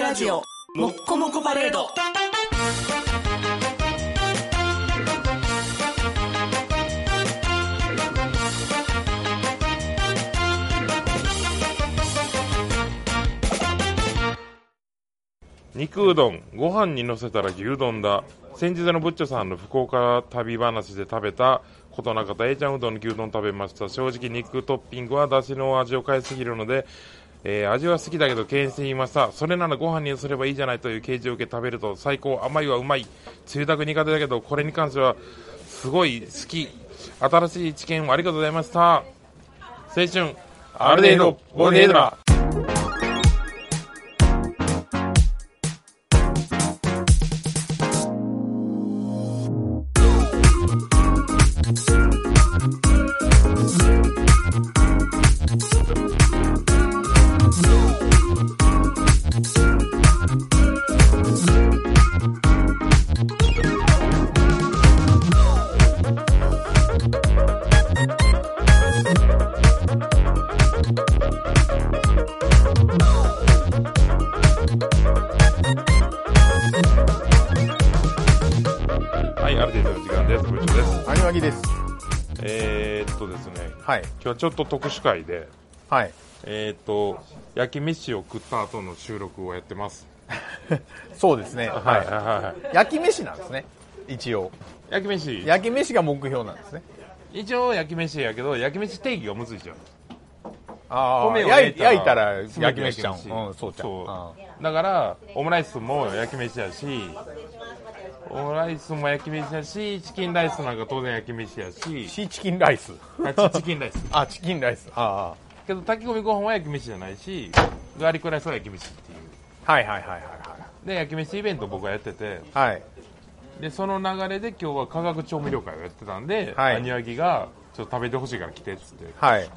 ラジオもっこもこパレード肉うどんご飯にのせたら牛丼だ先日のブッチョさんの福岡旅話で食べたことなかったえいちゃんうどんの牛丼食べました正直肉トッピングは出汁の味を変えすぎるので、えー味は好きだけど敬遠していましたそれならご飯にすればいいじゃないという啓示を受け食べると最高甘いはうまいつゆだく苦手だけどこれに関してはすごい好き新しい知見をありがとうございました青春アルデイドボデイドラはいアルデイドの時間ですブッチョですアニマギです。えー、っとですね、はい。今日はちょっと特殊会で、はい。えー、っと、焼き飯を食った後の収録をやってます。そうですね。はいははいはい。い。焼き飯なんですね。一応。焼き飯、焼き飯が目標なんですね。一応焼き飯やけど、焼き飯定義がむずいじゃん。ああ、米を焼い焼い焼いたたらら焼き飯ちゃん。うん、そうちゃん。そうんうだから、オムライスも焼き飯やし、オムライスも焼き飯やし、チキンライスなんか当然焼き飯やし、シーチキンライス。あチチキンライス。あ、チキンライス。あけど炊き込みご飯は焼き飯じゃないし、ガーリックライスは焼き飯っていう。あ。はいはいはいで、焼き飯イベント僕はやってて、はい。はい。でその流れで今日は化学調味料会をやってたんで、はいアニワギがちょっと食べてほしいから来てっつってっはい。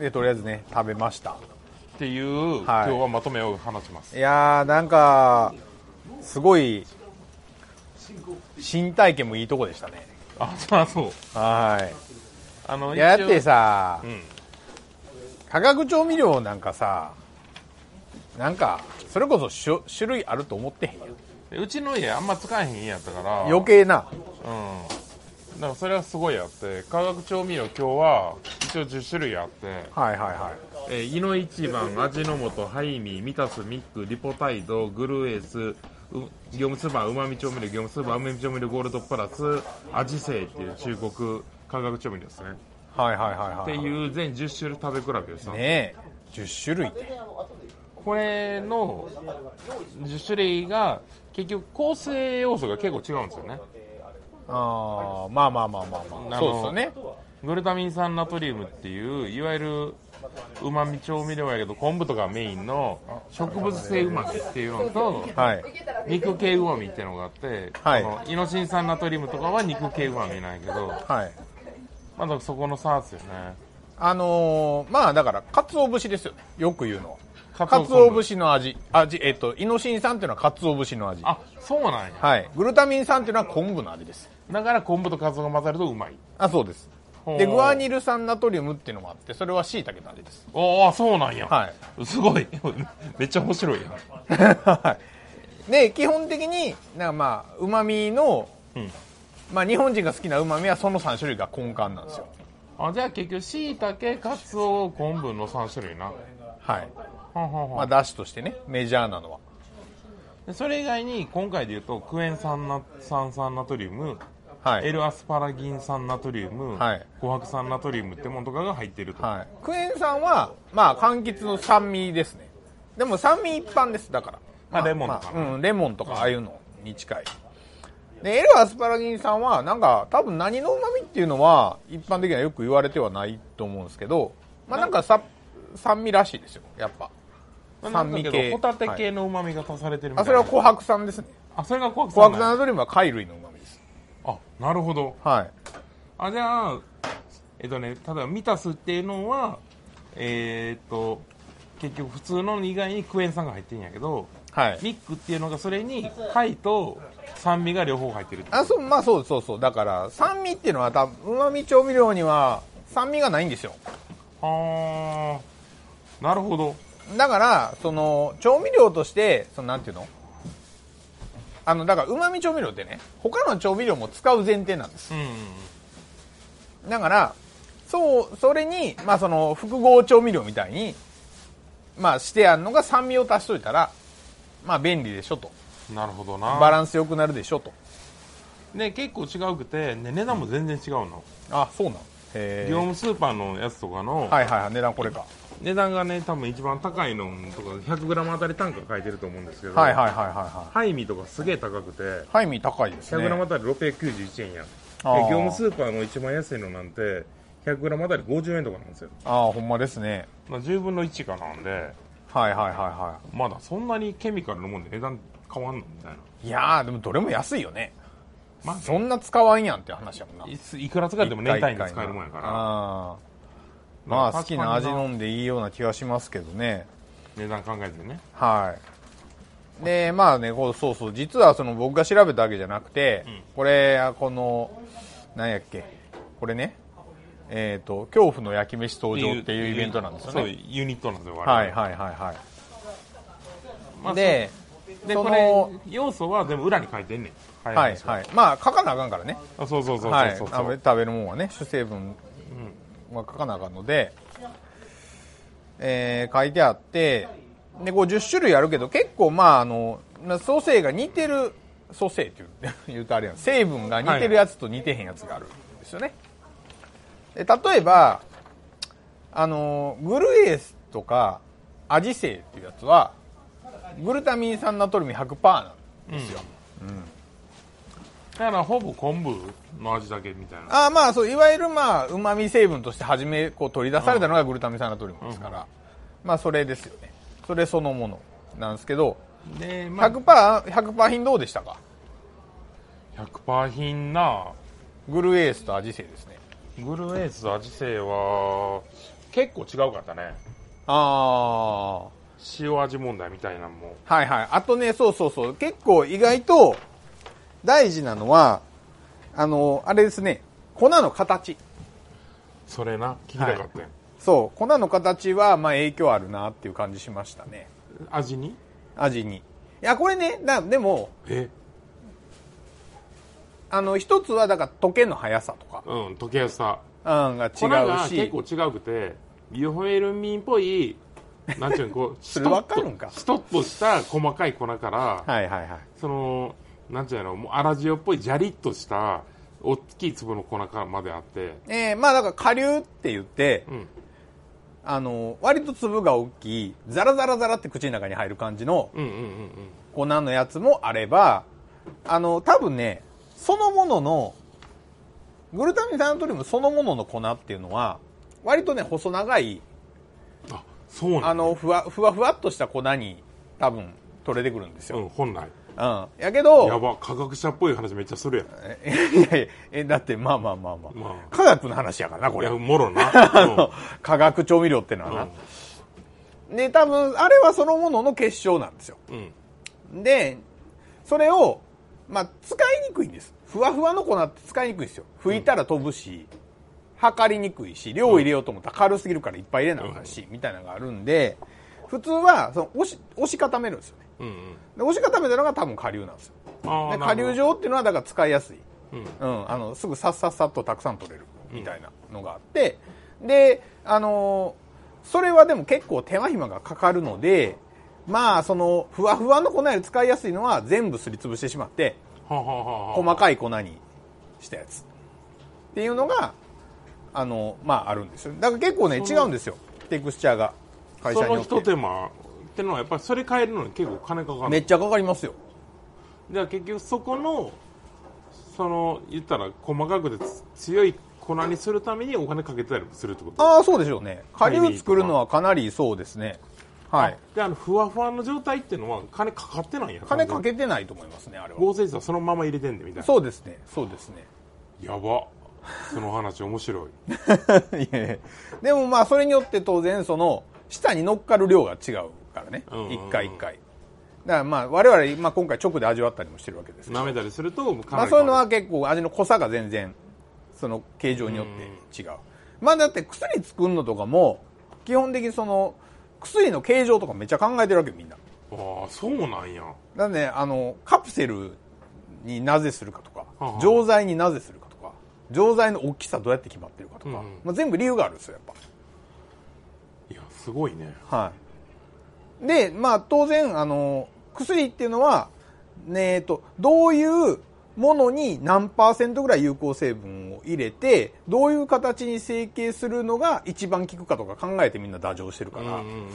で、とりあえずね、食べました。ていう、はい今日はまとめを話しますいやー、なんか、すごい、新体験もいいとこでしたね。あそうあそうはい。あのいや一だ応ってさ、うん化学調味料なんかさなんかそれこそしょ種類あると思ってへんやんでうちの家あんま使えへん家やったから余計なうんだからそれはすごいあって化学調味料今日は一応10種類あってはいはいはえー、イノイチバン、味の素、ハイミ、ミタス、ミック、リポタイド、グルエース、う業務スーパー、うまみ調味料、業務スーパー、うまみ調味料、ゴールドプラス、味精っていう中国化学調味料ですね。いはいはいはいっはていいう全10種類食べ比べをした。ねえ10種類ってこれの10種類が結局構成要素が結構違うんですよね。あーまあまあまあまあまあのあそうですよねグルタミン酸ナトリウムっていう、いわゆるうまみ調味料やけど、昆布とかメインの植物性うまみっていうのと、はい肉系うまみっていうのがあって、はあいのイノシン酸ナトリウムとかは肉系うまみなんやけど、はいまだそこの差ですよね。あのーまあだから鰹節ですよよく言うのは鰹鰹昆布節の味味えっ、とイノシン酸っていうのは鰹節の味あ、そうなんや。はいグルタミン酸っていうのは昆布の味ですだから昆布とカツオが混ざるとうまい。あそうですほうでグアニル酸ナトリウムっていうのもあってそれは椎茸の味ですああ、そうなんや。 はいすごい。めっちゃ面白いやん。で基本的になんかまあうまみの、うんまあ、日本人が好きなうまみはその3種類が根幹なんですよあじゃあ結局、椎茸、カツオ、昆布の3種類な。はい、ほんほんほんまあ、だしとしてねメジャーなのはでそれ以外に、今回で言うと、クエン酸ナ酸酸ナトリウム、はい、 L アスパラギン酸ナトリウム、はい琥珀酸ナトリウムってものとかが入ってると。はい、クエン酸はまあ柑橘の酸味ですねでも酸味一般ですだから、まあレモンとかねまあうん、レモンとかああいうのに近いで L アスパラギン酸はなんか多分何のうまみっていうのは一般的にはよく言われてはないと思うんですけどまあなんかさ酸味らしいですよやっぱまあ酸なん味だ系けどホタテ系の旨味が足されてるみたあいそな、れは琥珀酸ですねあそれが琥珀琥酸な珀酸んナやトリウムは貝類のうまみですあなるほどはいあじゃあえっとねただミタスっていうのはえーっと結局普通の以外にクエン酸が入ってるんやけどはいミックっていうのがそれに貝と酸味が両方入ってるあそうまあそうそうそうだから酸味っていうのは多分うまみ調味料には酸味がないんですよはあなるほどだから、その、調味料として、その、なんていうのあの、だから、旨味調味料ってね、他の調味料も使う前提なんです。だから、そう、それに、まあ、その、複合調味料みたいに、まあ、してあんのが酸味を足しといたら、まあ、便利でしょと。なるほどなバランス良くなるでしょと。ね結構違うくて、ね、値段も全然違うの、あ、そうなのへ業ー務スーパーのやつとかのはいはいはい、値段これか。値段がね多分一番高いのとか 100g あたり単価書いてると思うんですけどはいはいはいはいはハイミとかすげえ高くてい。ハイミー高いですね。 100g あたり691円やん、あーで業務スーパーの一番安いのなんて 100g あたり50円とかなんですよ、ああ、ほんまですね。まあ、10分の1かなんではいはいはいは。まだそんなにケミカルのもんで値段変わんのみたいないいやー、でもどれも安いよね。まあそんな使わんやんって話やもんな。いついくら使っても年単位で使えるもんやからあーままああ好きな味確かに飲んでいいような気がしますけどね値段考えてねはいでまあねこうそうそう実はその僕が調べたわけじゃなくて、んこれあこの何やっけこれねえっ、と恐怖の焼き飯登場っていうイベントなんですよそうねユニットなんですよ我々はいはいはいはい、まあでそうでそのこれ要素は全部裏に書いてんねんははいはいまあ書かなあかんからねあそうそうそうそうそう、はい食べ食べるもんはね主成分は書かなあかんので、えー書いてあってでこう10種類あるけど結構まああのまあ組成が似てる組成って言う 言うとあれやん成分が似てるやつと似てへんやつがあるんですよね、で例えばあのグルエースとかアジセイっていうやつはグルタミン酸ナトルミン100%なんですよ、だからほぼ昆布の味だけみたいなあーまあそういわゆるまあうまみ成分として初めこう取り出されたのがグルタミン酸ナトリウムですから、まあそれですよねそれそのものなんですけどで、まあ、100%, 100%, 100品どうでしたか品なグルエースとアジセイですねグルエース味性は結構違うかったねあ塩味問題みたいなのもあはいはいあとねそうそうそう結構意外と大事なのはあのあれですね粉の形それな聞きたかったよ、そう粉の形はまあ影響あるなっていう感じしましたね味に味にいやこれねなでもえあの一つはだから溶けの速さとかうん溶けやすさうんが違粉がう結し構違うくてビホエルミンっぽいなんていうの こうそれわかるんかしとっとした細かい粉から、はいはいはいそのなんていうのもう粗塩っぽいジャリッとした大きい粒の粉からまであってえー、まあだから顆粒って言って、うんあの割と粒が大きいザラザラザラって口の中に入る感じのうんうんうんうん粉のやつもあればあの多分ねそのもののグルタミン酸ナトリウムそのものの粉っていうのは割とね細長いあそうなあんのふわふわふわっとした粉に多分取れてくるんですうよ、ん本来うん、やけどやば科学者っぽい話めっちゃするやんえいやいやえ、だってまあまあまあまあ。まあ科学の話やからな、こいれや。 もろな科学調味料ってのはな。で、多分、あれはそのものの結晶なんですよ。うん、うんで、それを、まあ、使いにくいんです。ふわふわの粉って使いにくいんですよ。拭いたら飛ぶし、測りにくいし、量入れようと思ったら軽すぎるからいっぱい入れなあかんし、みたいなのがあるんで、普通は、その、押し、押し固めるんですよね。うんうんで押し固めたのが多分下流なんですよ。あーで下流状っていうのはだから使いやすい、ううんあのすぐさっさっさっとたくさん取れるみたいなのがあって、であのーそれはでも結構手間暇がかかるのでまあそのふわふわの粉より使いやすいのは全部すりつぶしてしまってはははは細かい粉にしたやつっていうのがあのまああるんですよだから結構ね違うんですよテクスチャーが会社そにのよっ一て手間ってのはやっぱりそれ変えるのに結構金かかめるっちゃかかりますよじゃあ結局そこのその言ったら細かくてつ強い粉にするためにお金かけたりもするってことああそうでしょうね顆粒作るのはかなりそうですねはいであのふわふわの状態っていうのは金かかってないんや金かけてないと思いますねあれは合成率はそのまま入れてんでみたいなそうですねそうですねやばその話面白い いやいやでもまあそれによって当然その下に乗っかる量が違うからねうんうんうん一回一回だからまあ我々、まあ、今回直で味わったりもしてるわけですけど舐めたりするともうか まなありそういうのは変わ結構味の濃さが全然その形状によって違うまあだって薬作るのとかも基本的にその薬の形状とかめっちゃ考えてるわけよみんなああそうなんやなんでねあのカプセルになぜするかとかはあはあ錠剤になぜするかとか錠剤の大きさどうやって決まってるかとか、うんうんまあ、全部理由があるんですよやっいやすごいねぱはいでまあ当然あの薬っていうのは、ねえっとどういうものに何パーセントぐらい有効成分を入れてどういう形に成形するのが一番効くかとか考えてみんな妥調してるかうんら、うんうん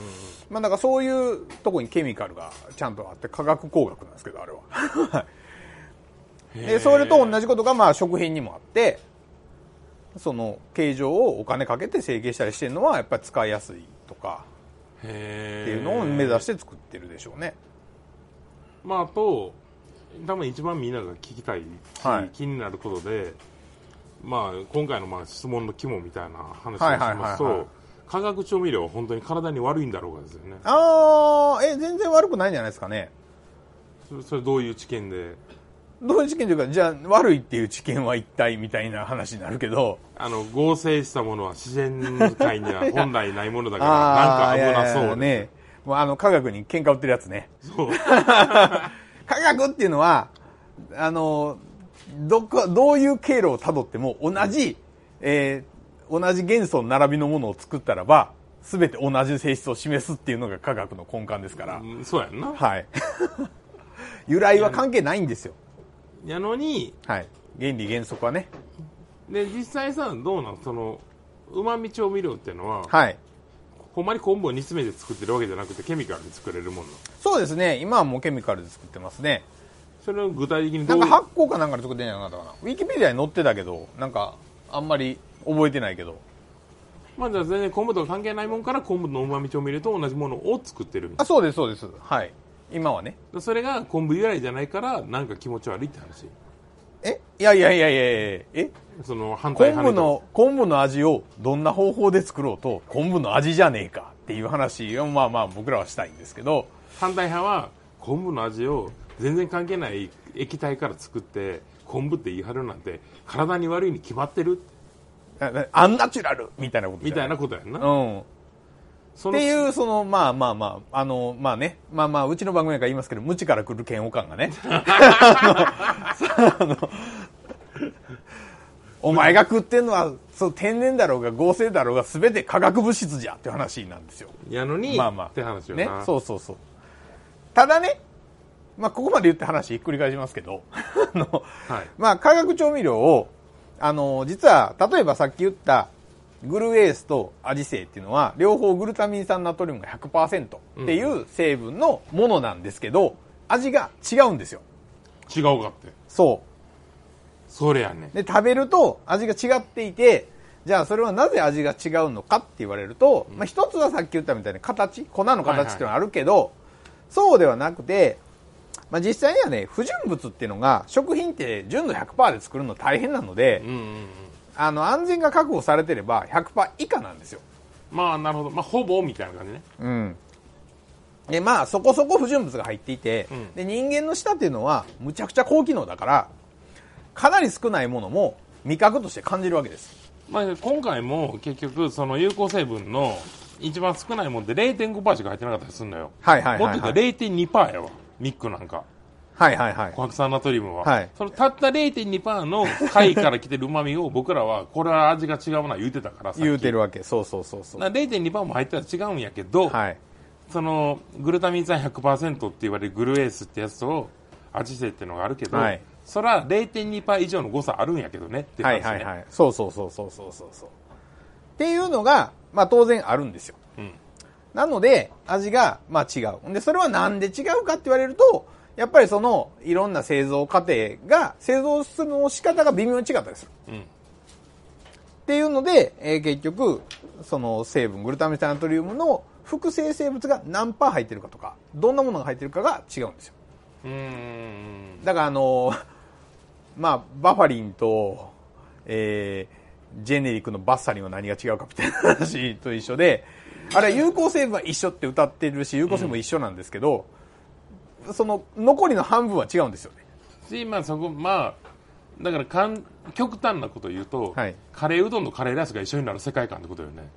まあ、だからそういうとこにケミカルがちゃんとあって化学工学なんですけどあれははいでそれと同じことがまあ食品にもあってその形状をお金かけて成形したりしてるのはやっぱり使いやすいとかへえっていうのを目指して作ってるでしょうね、まああと多分一番みんなが聞きたい、はい気になることでまあ今回のまあ質問の肝みたいな話をしはいはいはいはいますと、化学調味料は本当に体に悪いんだろうかですよねああえ全然悪くないんじゃないですかねそれそれどういう知見でどういう事件というかじゃあ悪いっていう知見は一体みたいな話になるけどあの合成したものは自然界には本来ないものだから あなあんか危なそういやいやいやねもうあの科学に喧嘩売ってるやつねそう科学っていうのはあのどこどういう経路をたどっても同じ、えー同じ元素の並びのものを作ったらば全て同じ性質を示すっていうのが科学の根幹ですから、うんそうやんなはい 由来は関係ないんですよ、やのにはい、原理原則はねで実際さどうなんそのうまみ調味料っていうのは、はいほんまに昆布を煮詰めて作ってるわけじゃなくてケミカルで作れるものそうですね今はもうケミカルで作ってますねそれを具体的になどんうか発酵かなんかで作ってんじゃなかったかなウィキペディアに載ってたけどなんかあんまり覚えてないけどまあじゃあ全然昆布とは関係ないもんから昆布の旨味調味料と同じものを作ってるみたあいそうですそうですはい今はねなそれが昆布由来じゃないからなんか気持ち悪いって話えいやいやいやいやいやえその反対昆派布の昆布の味をどんな方法で作ろうと昆布の味じゃねえかっていう話をまあまあ僕らはしたいんですけど反対派は昆布の味を全然関係ない液体から作って昆布って言い張るなんて体に悪いに決まってるあなアンナチュラルみたいなことじみゃたいいなことやんな、うんそっのていうそのまあまあまああのまあねまあまあうちの番組やから言いますけど無知から来る嫌悪感が ねあのそのお前が食ってんのはそう天然だろうが合成だろうが全て化学物質じゃって話なんですよやのに、まあまあって話よな、ねそうそうそうただねまあここまで言った話ひっくり返しますけど あのはいまあ、化学調味料を、あの、実は、例えばさっき言った、グルエースとアジセイっていうのは、両方グルタミン酸ナトリウムが100%っていう成分のものなんですけど、味が違うんですよ。違うかってそそれやねんう。で、食べると味が違っていて、じゃあそれはなぜ味が違うのかって言われると、まあ一つはさっき言ったみたいに形、粉の形っていうのはあるけど、そうではなくて、まあ実際にはね、不純物っていうのが、食品って純度100%で作るの大変なので、うんうんうんあの安全が確保されてれば100%以下なんですよ。まあなるほどまあほぼみたいな感じねうん。で、まあそこそこ不純物が入っていて、んで人間の舌っていうのはむちゃくちゃ高機能だから、かなり少ないものも味覚として感じるわけです。まあ、今回も結局その有効成分の一番少ないもんで0.5%しか入ってなかったりするのよはいはいはいもっはいと言ったら0.2%やわミックなんかはいはいはい。琥珀酸ナトリウムは、はいそのたった0.2%の貝から来てる旨味を僕らはこれは味が違うな言うてたからさっき言うてるわけ。そうそうそうそう。な0.2%も入ったら違うんやけど、はい。そのグルタミン酸100%って言われるグルエースってやつとアジセイっていうのがあるけど、はいそれは0.2%以上の誤差あるんやけどねっては話いね、はいはい。そうそうそうそうそうそうそう。っていうのが、まあ当然あるんですよ。うんなので、味が、まあ違う。で、それはなんで違うかって言われると、やっぱりその、いろんな製造過程が、製造するの仕方が微妙に違ったりする。うんっていうので、えー結局、その成分、グルタミン酸ナトリウムの複製生物が何パー入ってるかとか、どんなものが入ってるかが違うんですよ。うーんだからあの ーまあ、バファリンと、えージェネリックのバッサリンは何が違うかみたいな話と一緒で、あれは有効成分は一緒って歌ってるし、有効成分も一緒なんですけど、その残りの半分は違うんですよね。し、まあ、そこまあだからかん極端なことを言うと、はいカレーうどんとカレーライスが一緒になる世界観ってことよね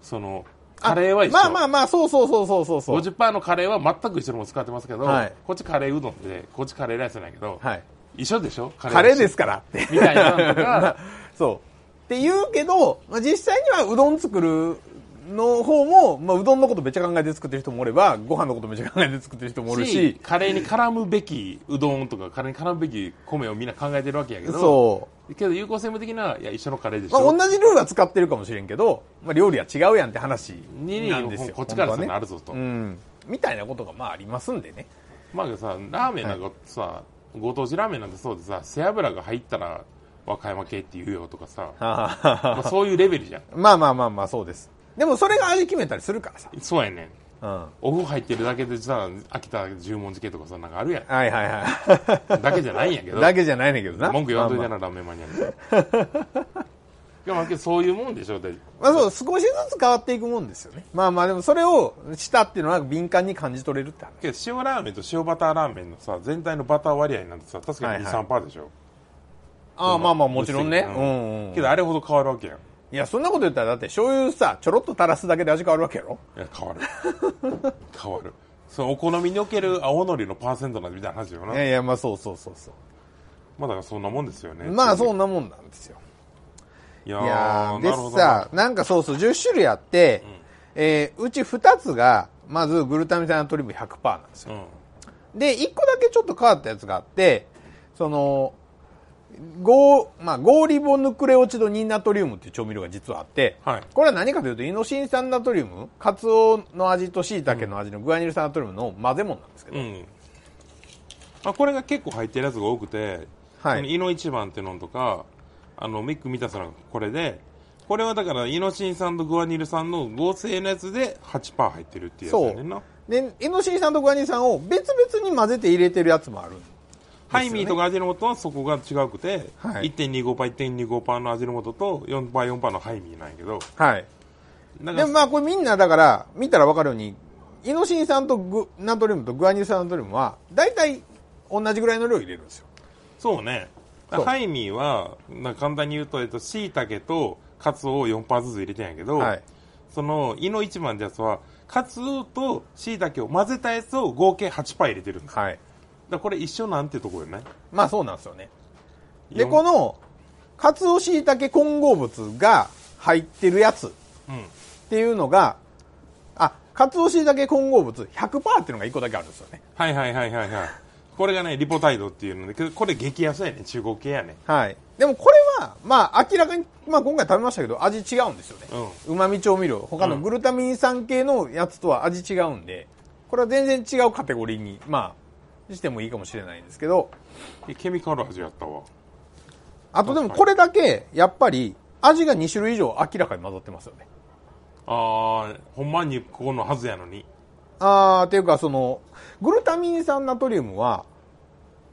そのカレーは一緒まあまあまあ、そうそうそうそうそうそう。 50%のカレーは全く一緒のもの使ってますけど、はいこっちカレーうどんでこっちカレーライスなんやけど、はい。一緒でしょカカレーですすからって。みたいなのと まあかそう。って言うけど、まあ、実際にはうどん作るの方も、まあ、うどんのことめっちゃ考えて作ってる人もおれば、ご飯のことめっちゃ考えて作ってる人もおるしし、カレーに絡むべきうどんとかカレーに絡むべき米をみんな考えてるわけやけどそう。けど有効性無的ないや一緒のカレーでしまあ、ょ、同じルールは使ってるかもしれんけど、まあ、料理は違うやんって話になんですよ。こっちから本さ当はなるぞと、うん。みたいなことがまあありますんでね。 まあさラーメンなんかさ、ご当地ラーメンなんてそうでさ背脂が入ったら和歌山系って言うよとかさ、まあ、まそういうレベルじゃんあまあまあまあ、そうです。でもそれが味決めたりするからさ。そうやねんうん。はお風呂入ってるだけでさ秋田十文字系とかさなんかあるやいはいはんだけじゃないん やけど い。だけじゃないねんけどな。文句言わんといてまあなラーメンマニアにでもまあそういうもんでしょでまあまあそう、少しずつ変わっていくもんですよね。まあまあでもそれをしたっていうのは敏感に感じ取れるって話。けど塩ラーメンと塩バターラーメンのさ全体のバター割合なんてさ確かにはいはい23%でしょ、ああまあまあもちろんね。ううんうん。けどあれほど変わるわけやんいや、そんなこと言ったらだって醤油さ、ちょろっと垂らすだけで味変わるわけやろいや変わる 変わるそのお好みにおける青のりのパーセントなんてみたいな話よないやいや、まあそうそうそうそう。まあだからそんなもんですよねまあそうんなもんなんですよ。いやいやーーなるほどでなさ、なんかそうそう、10種類あって、えーうち2つが、まずグルタミン酸ナトリウム100%なんですよ。うんで、1個だけちょっと変わったやつがあって、その、ゴー、まあ、ゴーリボヌクレオチドニンナトリウムっていう調味料が実はあって、はいこれは何かというと、イノシン酸ナトリウム、カツオの味とシイタケの味のグアニル酸ナトリウムの混ぜ物なんですけど、うんまあ、これが結構入ってるやつが多くて、はいそのイノ一番ってのとかあのミック・ミタさんがこれでこれはだからイノシン酸とグアニル酸の合成のやつで8%入ってるっていうやつそやねんなう。で、イノシン酸とグアニル酸を別々に混ぜて入れてるやつもある。ハイミーとか味の素はそこが違くて、はい1.25%、1.25%の味の素と4%、4%のハイミーなんやけど、はい。なん でかもまあこれみんなだから、見たらわかるように、イノシン酸とグナトリウムとグアニル酸ナトリウムは、大体同じぐらいの量入れるんですよ。そうね、そうハイミーはなんか簡単に言うと、えっと、しいたけとカツオを4%ずつ入れてんやけど、はいその胃の一番ってやつは、カツオとしいたけを混ぜたやつを合計8%入れてるんです。だかはい。らこれ一緒なんてとこよね。まあそうなんですよね。で、よんこ、の、カツオシイタケ混合物が入ってるやつっうん、ていうのが、あ、カツオシイタケ混合物100%っていうのが1個だけあるんですよね。はいはいはいはいはい。これがね、リポタイドっていうので、けどこれ激安やね、中国系やね。はい。でもこれは、まあ明らかに、まあ今回食べましたけど味違うんですよね。うま、み調味料、他のうんグルタミン酸系のやつとは味違うんで、これは全然違うカテゴリーに、まあ、してもいいかもしれないんですけど、うん。ケミカル味やったわ。あとでもこれだけ、やっぱり味が2種類以上明らかに混ざってますよね。あー、ほんまにここのはずやのに。あー、っていうかその、グルタミン酸ナトリウムは、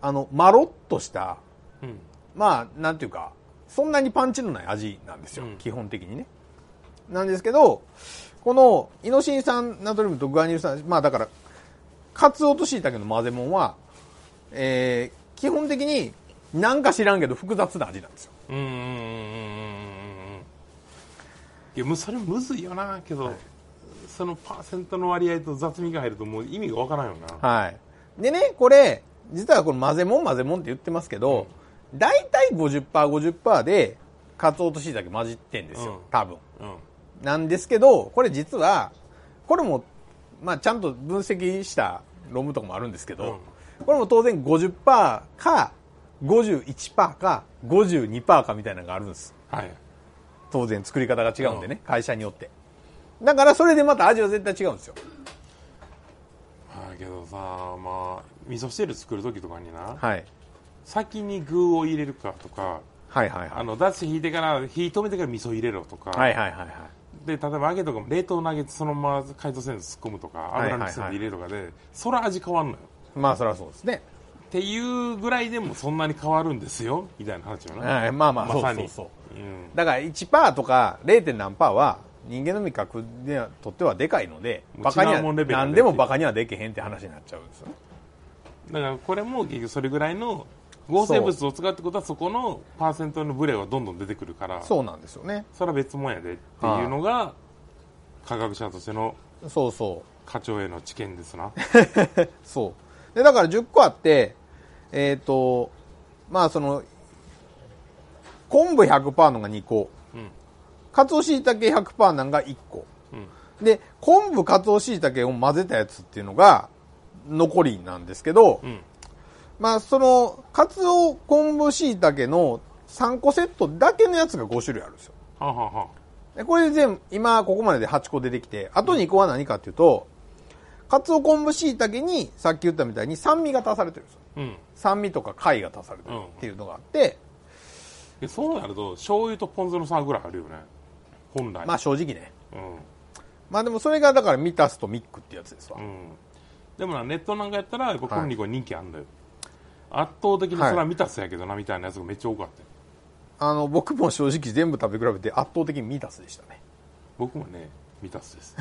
あの、まろっとした、うん。まあ、なんていうか、そんなにパンチのない味なんですよ、うん基本的にね。なんですけど、この、イノシン酸ナトリウムとグアニル酸、まあだから、カツオとシイタケの混ぜ物は、えー、基本的に、なんか知らんけど複雑な味なんですよ。うんうんうんうんうんうんいやむそれむずいよなけど、そのパーセントの割合と雑味が入るともう意味がわからんよな、はい。でね、これ、実はこの混ぜもん混ぜもんって言ってますけど、大体50%、50%で、カツオとシイタケ混じってんですよ、うん多分。うんなんですけど、これ実は、これも、まあちゃんと分析した論文とかもあるんですけど、これも当然50%か、51%か、52%かみたいなのがあるんです。はい当然作り方が違うんでね、会社によって。だからそれでまた味は絶対違うんですよ。はいけどさまあ味噌汁作る時とかにな、はい。先に具を入れるかとかはいはいはあい。のだし引いてから火止めてから味噌入れろとか、はいはいはいはい。で例えば揚げとかも冷凍の揚げそのまま解凍せんで突っ込むとかいはい油はにい包んで入れるとかで、そら味変わんのよまあそれはそうですね。っていうぐらいでもそんなに変わるんですよみたいな話よな、はい、まあまあ、まさそうにそうそう。うんだから1%とか 0. 何パーは人間の味覚にとってはでかいので、もうバカに違うもんレは、ベルだね何でもバカにはできへんって話になっちゃうんですよね。だからこれも結局それぐらいの合成物を使うってことはそこのパーセントのブレはどんどん出てくるからそうなんですよね。それは別もんやでっていうのが科学者としてのそうそう課長への知見 ですな。そう。で、だから10個あって、えっ、と、まあその、昆布100%のが2個。うん。かつおしいたけ100%なんが1個。うん。で、昆布、かつおしいたけを混ぜたやつっていうのが残りなんですけど、うん。まあその、かつお、昆布、しいたけの3個セットだけのやつが5種類あるんですよ。はんはんはん。でこれで全部、今ここまでで8個出てきて、あと2個は何かっていうと、かつお昆布しいたけに、さっき言ったみたいに酸味が足されてるんですよ。うん。酸味とか貝が足されてるっていうのがあって、でそうなると、醤油とポン酢の差ぐらいあるよね。本来。まあ正直ね。うん。まあでもそれがだからミタスとミックってやつですわう。ん。でもな、ネットなんかやったら、やっぱこの2個人気あんだよ。圧倒的にそれは満たすやけどな、みたいなやつがめっちゃ多かったよあの、僕も正直全部食べ比べて圧倒的にミタスでしたね。僕もね、満たすです。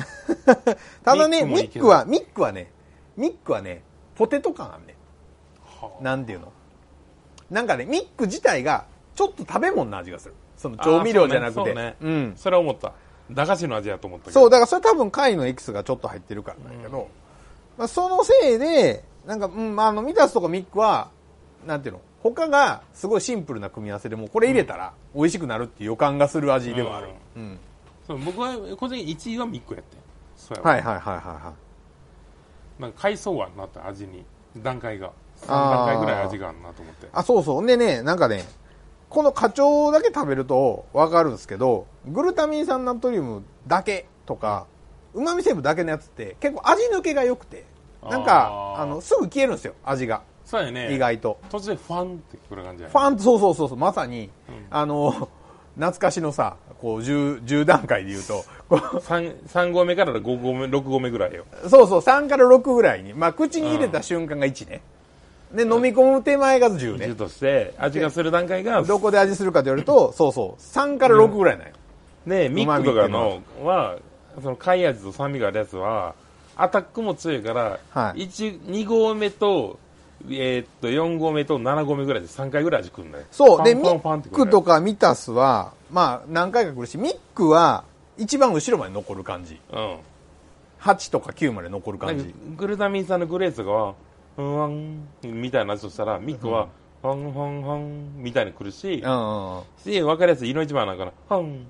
ただね、ミックもいけミるックは、ミックはね、ミックはね、ポテト感あるね。はなんていうの。なんかね、ミック自体がちょっと食べ物の味がする。その調味料じゃなくあーそて。うねそううねん。それは思った。駄菓子の味やと思ったけど。そう、だからそれ多分貝のエキスがちょっと入ってるからなんやけど、まあ、そのせいで、なんか、うん、まああの、ミダスとかミックは、なんていうの、他がすごいシンプルな組み合わせでもうこれ入れたら美味しくなるっていう予感がする味ではある。うん。そう僕は個人1位はミックやってんそうやわはいはいはいはいはい。なんか階層があんなって味に段階が3あー段階ぐらい味があるなと思ってあ、そうそう。でね、なんかね、この課長だけ食べるとわかるんですけど、グルタミン酸ナトリウムだけとか、旨味成分だけのやつって結構味抜けが良くて、なんか、あーあの、すぐ消えるんですよ、味が。そうやね意外と。途中でファンってくる感じやねファン、そうそうそうそう、まさに、あの、懐かしのさ、こう、10、10段階で言うと、こう三三合目から5合目6合目ぐらいよそうそう、3から6ぐらいに、まあ、口に入れた瞬間が1ね。で、飲み込む手前が10味ね。として味がする段階がどこで味するかと言われ ると、そうそう、3から6ぐらいなんよ。ねミックとかうまみのはその貝味と酸味があるやつはアタックも強いから、はい一2合目とえーっと4合目と7合目ぐらいで3回ぐらい味くんだよそう、で、フミァンファンファンってッくるクとかミタスは、まあ、何回か来るし、ミックは、一番後ろまで残る感じ。うん8とか9まで残る感なんじか。グルタミン酸のグレースがふんわんみたいな味としたらミックはふんふんふんみたいに来るしうんうんうん。し分かりやすい色一番なんかなふん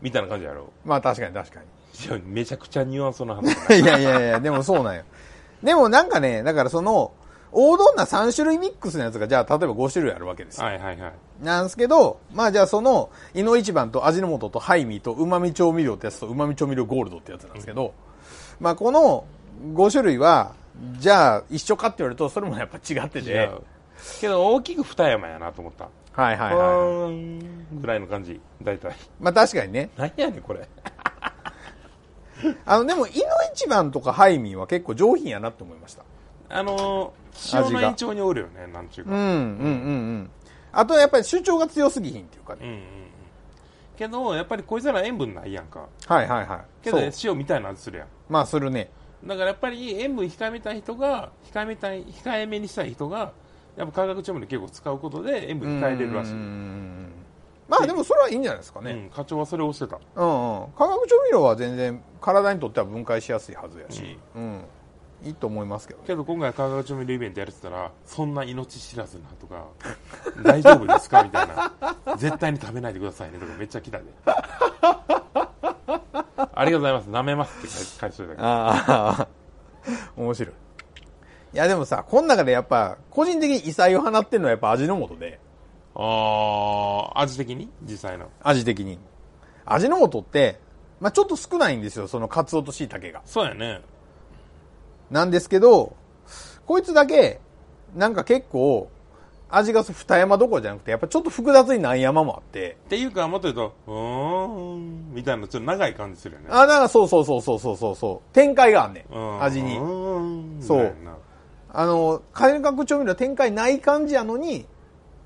みたいな感じやろまあ、確かに確かに。いやめちゃくちゃニュアンスの 話だいやいやいや、でもそうなんよ。でもなんかね、だからその、王道な3種類ミックスのやつが、じゃあ、例えば5種類あるわけですよ。なはいはいはいなんですけど、まあじゃあその、イノ一番と味の素とハイミーと旨味調味料ってやつと旨味調味料ゴールドってやつなんですけど、まあこの5種類は、じゃあ一緒かって言われると、それもやっぱ違って違て。うけど大きく二山やなと思ったはいはいふはい。んぐらいの感じ大体まあ確かにね。 何やねんこれあの、でも、イノ一番とかハイミーは結構上品やなって思いました。あのー味塩がの延長におるよねなんちゅううん、うん、かうん、うん。あとはやっぱり主張が強すぎひんっていうかうんね。うんうんけどやっぱりこいつら塩分ないやんかはいはいはい。けどそう塩みたいな味するやんまあするね。だからやっぱり塩分控えめたい人が控えめたい控えめにしたい人がやっぱ化学調味料結構使うことで塩分控えれるらしい、ううんうんうんんまあでもそれはいいんじゃないですかね。課長はそれをしてたうんうん、化学調味料は全然体にとっては分解しやすいはずやし、うんいいと思いますけどねけど今回化学調味料イベントやれてたらそんな命知らずなとか大丈夫ですかみたい な絶対に食べないでくださいねとかめっちゃ来たでありがとうございます舐めますって返しといたけどああ 面白いいやでもさこの中でやっぱ個人的に異彩を放ってるのはやっぱ味の素であー味的に実際の味的に味の素って、まあ、ちょっと少ないんですよそのカツオとしいたけがそうやねなんですけどこいつだけなんか結構味が二山どころじゃなくてやっぱちょっと複雑に何山もあってっていうかもっと言うとうーんみたいなちょっと長い感じするよねあ、なんかそうそうそうそうそうそうそう。展開があんねうんん。味にう。ーんそうみたいなあの、火力調味料は展開ない感じやのに、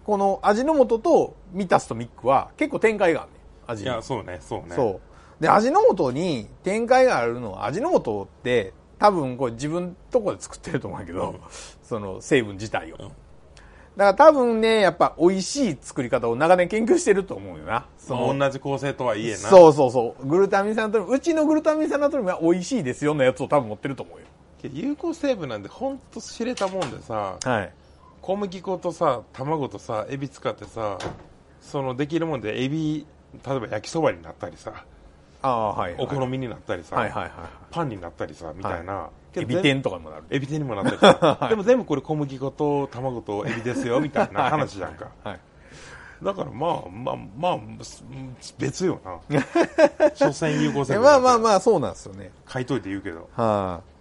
この味の素とミタスとミックは結構展開があんねん。味いに。や、そうね、そうね。そう。で、味の素に展開があるのは、味の素って多分これ自分とこで作ってると思うんやけど、その成分自体を。だから多分ね、やっぱ美味しい作り方を長年研究してると思うよな。そのまあ同じ構成とはいえな。そうそうそう。グルタミン酸ナトリウム、うちのグルタミン酸ナトリウムは美味しいですよのやつを多分持ってると思うよ。有効成分なんで、ほんと知れたもんでさ、はい。小麦粉とさ、卵とさ、エビ使ってさ、そのできるもんで、エビ、例えば焼きそばになったりさ、ああ、はい、はい。お好みになったりさ、はいはいはいはパンになったりさ、みたいな。い。けエど全ビ部天とかにもなる。エビ天にも なったりさ。でも全部これ小麦粉と卵とエビですよ、みたいな話じゃんか。 はい。だからまあまあまあ、す別よ な。所詮有効成え分。まあまあまあ、そうなんですよね。書いといて言うけど。はい、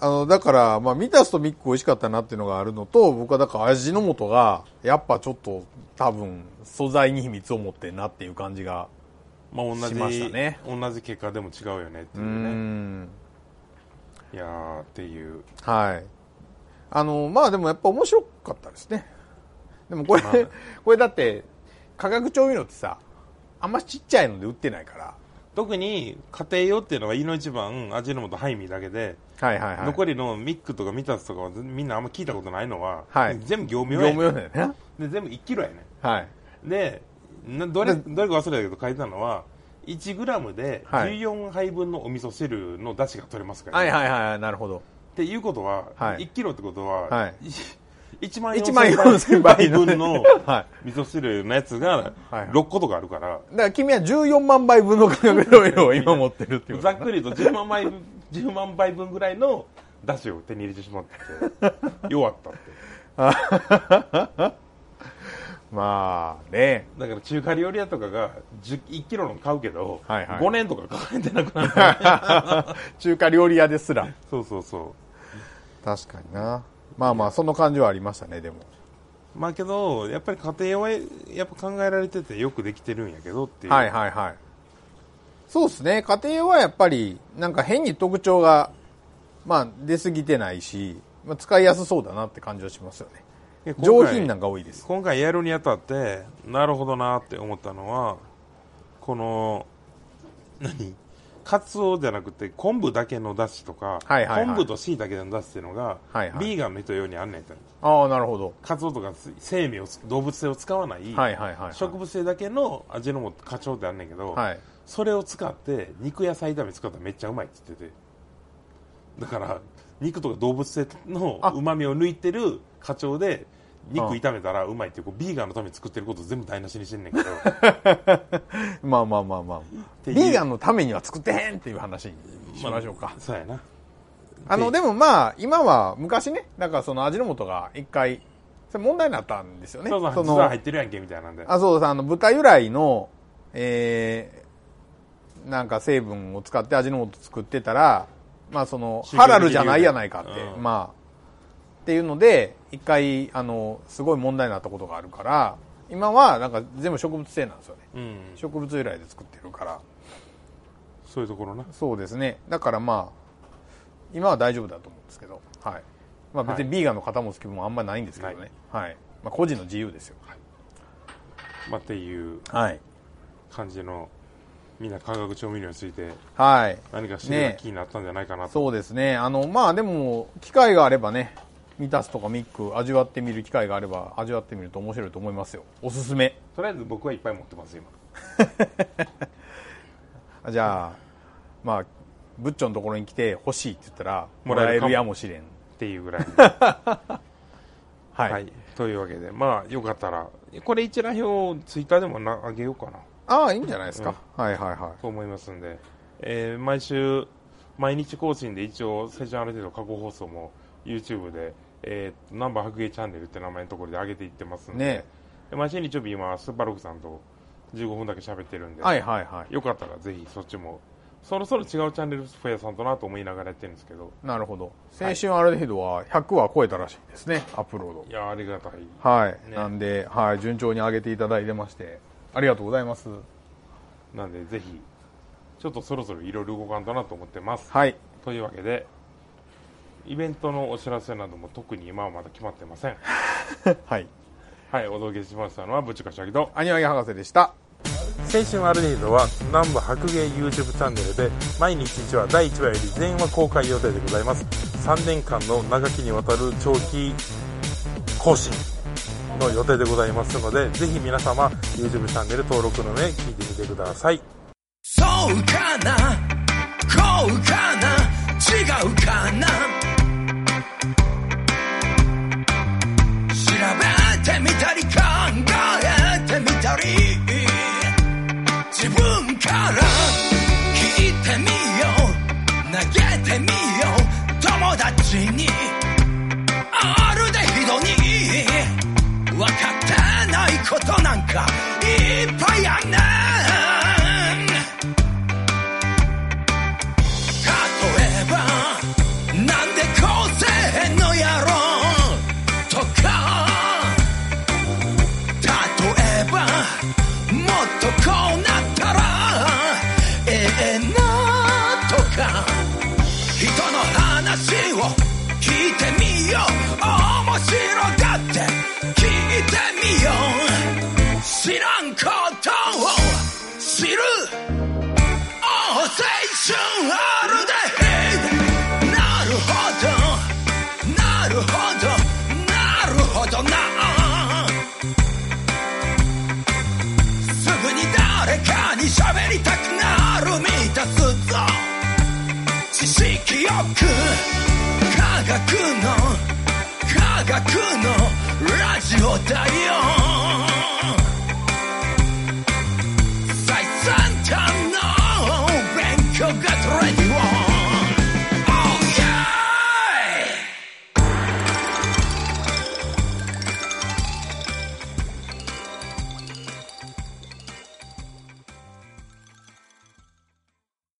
あ。の、だから、まあ、ミタスとミック美味しかったなっていうのがあるのと、僕はだから味の素が、やっぱちょっと、多分、素材に秘密を持ってんなっていう感じが。まあ同しじ、ましたね同じ結果でも違うよねっていううね。ん。いやーっていう。はい。あの、まあでもやっぱ面白かったですね。でもこれ、まあね これだって、化学調味料ってさ、あんまちっちゃいので売ってないから。特に家庭用っていうのは胃の一番味の素ハイミーだけで、はいはいはい。残り、りのミックとかミタスとかはみんなあんま聞いたことないのは、はい全部業務業用やね務用だよね。で全部1キロやねはい。でなどれどれか忘れたけど書いてたのは1グラムではい14杯分のお味噌汁の出汁が取れますから、はいはいはい、なるほど。っていうことは、はい1キロってことは、 はい1万1万4000 4000杯倍の分のは 味噌汁のやつがはい6個とかあるから、だから君は14万倍分の化学調味料を今持ってるっていうことざだっなくり言うと10万杯分 ,10 万杯分ぐらいの出汁を手に入れてしま って弱ったって まあね。だから中華料理屋とかが10 1キロの買うけど、はいはい5年とか抱えてなく なった、 中華料理屋ですら。そうそうそう確かにな。まあまあ、その感じはありましたね、でも。まあけど、やっぱり家庭はやっぱ考えられててよくできてるんやけどっていう。はいはいはい。そうですね。家庭はやっぱり、なんか変に特徴が、まあ出過ぎてないし、まあ、使いやすそうだなって感じはしますよね。で今上回品なんか多いです。今回やるにあたって、なるほどなって思ったのは、この、何カツオじゃなくて昆布だけの出汁とか、はいはいはい昆布と椎茸の出汁っていうのが、はいはいビーガンの人用にあんねんて。ああ、なるほど。カツオとか生命を、動物性を使わない、はいはいはいはい植物性だけの味の素カツオってあんねんけど、はい。それを使って肉野菜炒め使ったらめっちゃうまいって言っててだから肉とか動物性のあうまみを抜いてる課長で肉炒めたらうまいっていうこうビーガンのために作ってることを全部台無しにしてんねん けどまあまあまあまあ。てビいうーガンのためには作ってへんっていう話にしましょうか。そうやなあの、でもまあ、今は昔ね、なんかその味の素が一回、それ問題になったんですよね。そうそう実のは入ってるやんけみたいなんであ、そうです。あの、豚由来の、えー、なんか成分を使って味の素作ってたら、まあその、宗教的ハラルじゃないやないかって、理由でうんまあ、っていうので、一回、あの、すごい問題になったことがあるから、今はなんか全部植物性なんですよね。うん植物由来で作ってるから。そういうところなそうですね。だからまあ、今は大丈夫だと思うんですけど、はい。まあ別にビーガンの方も好きもあんまりないんですけどね。はい。まあ個人の自由ですよ。まあっていうはい。感じのみんな化学調味料についてはい。何か知るようなね気になったんじゃないかなと、そうですね。あの、まあでも、機会があればね、ミタスとかミック味わってみる機会があれば味わってみると面白いと思いますよ。おすすめ。とりあえず僕はいっぱい持ってます今あじゃあ、まあ、ブッチョのところに来て欲しいって言ったら、ももららえるえかもるやもしれん。っていうぐらいはい。はい、というわけで、まあ、よかったら、これ一覧表をツイッターでもなあげようかなああ、いいんじゃないですか。はいはいはと思いますんで、えー毎週、毎日更新で一応、セッションある程度過去放送も YouTube で、えー、ナンバー白芸チャンネルって名前のところで上げていってますんい。で、ねで毎週日曜日今、スーパーロックさんと15分だけ喋ってるんで、はいはいはい。よかったらぜひそっちも、そろそろ違うチャンネル増やさんとなと思いながらやってるんですけど、なるほど。先週ある程度は100は超えたらしいですね、アップロードい。やーありがたい。はい。ねなんで、はい、順調に上げていただいてまして、ありがとうございます。なんで、ぜひ、ちょっとそろそろいろいろ動かんとなと思ってます。はい。というわけでイベントのお知らせなども特に今はまだ決まってませんはい。はいお届けしましたのはぶちかしゃぎとアニワギ博士でした。青春アルディードは南部白芸 YouTube チャンネルで毎日1話第1話より全話公開予定でございます3年間の長きにわたる長期更新の予定でございますのでぜひ皆様 YouTube チャンネル登録の上聞いてみてくださいそうかなこうかな違うかな調べてみたり考えてみたり自分から聞いてみよう投げてみよう友達にあるでひどに分かってないことなんかいっぱいあんねん例えばなんでこうせへんのやろとか例えばもっとこうなったらええなとか人の話を聞いてみよう面白がって聞いてみよう知らんことを知る青青春あるでなるほどなるほどなるほどなすぐに誰かに喋りたくなる満たすぞ知識よく科学の科学のラジオだよ oh,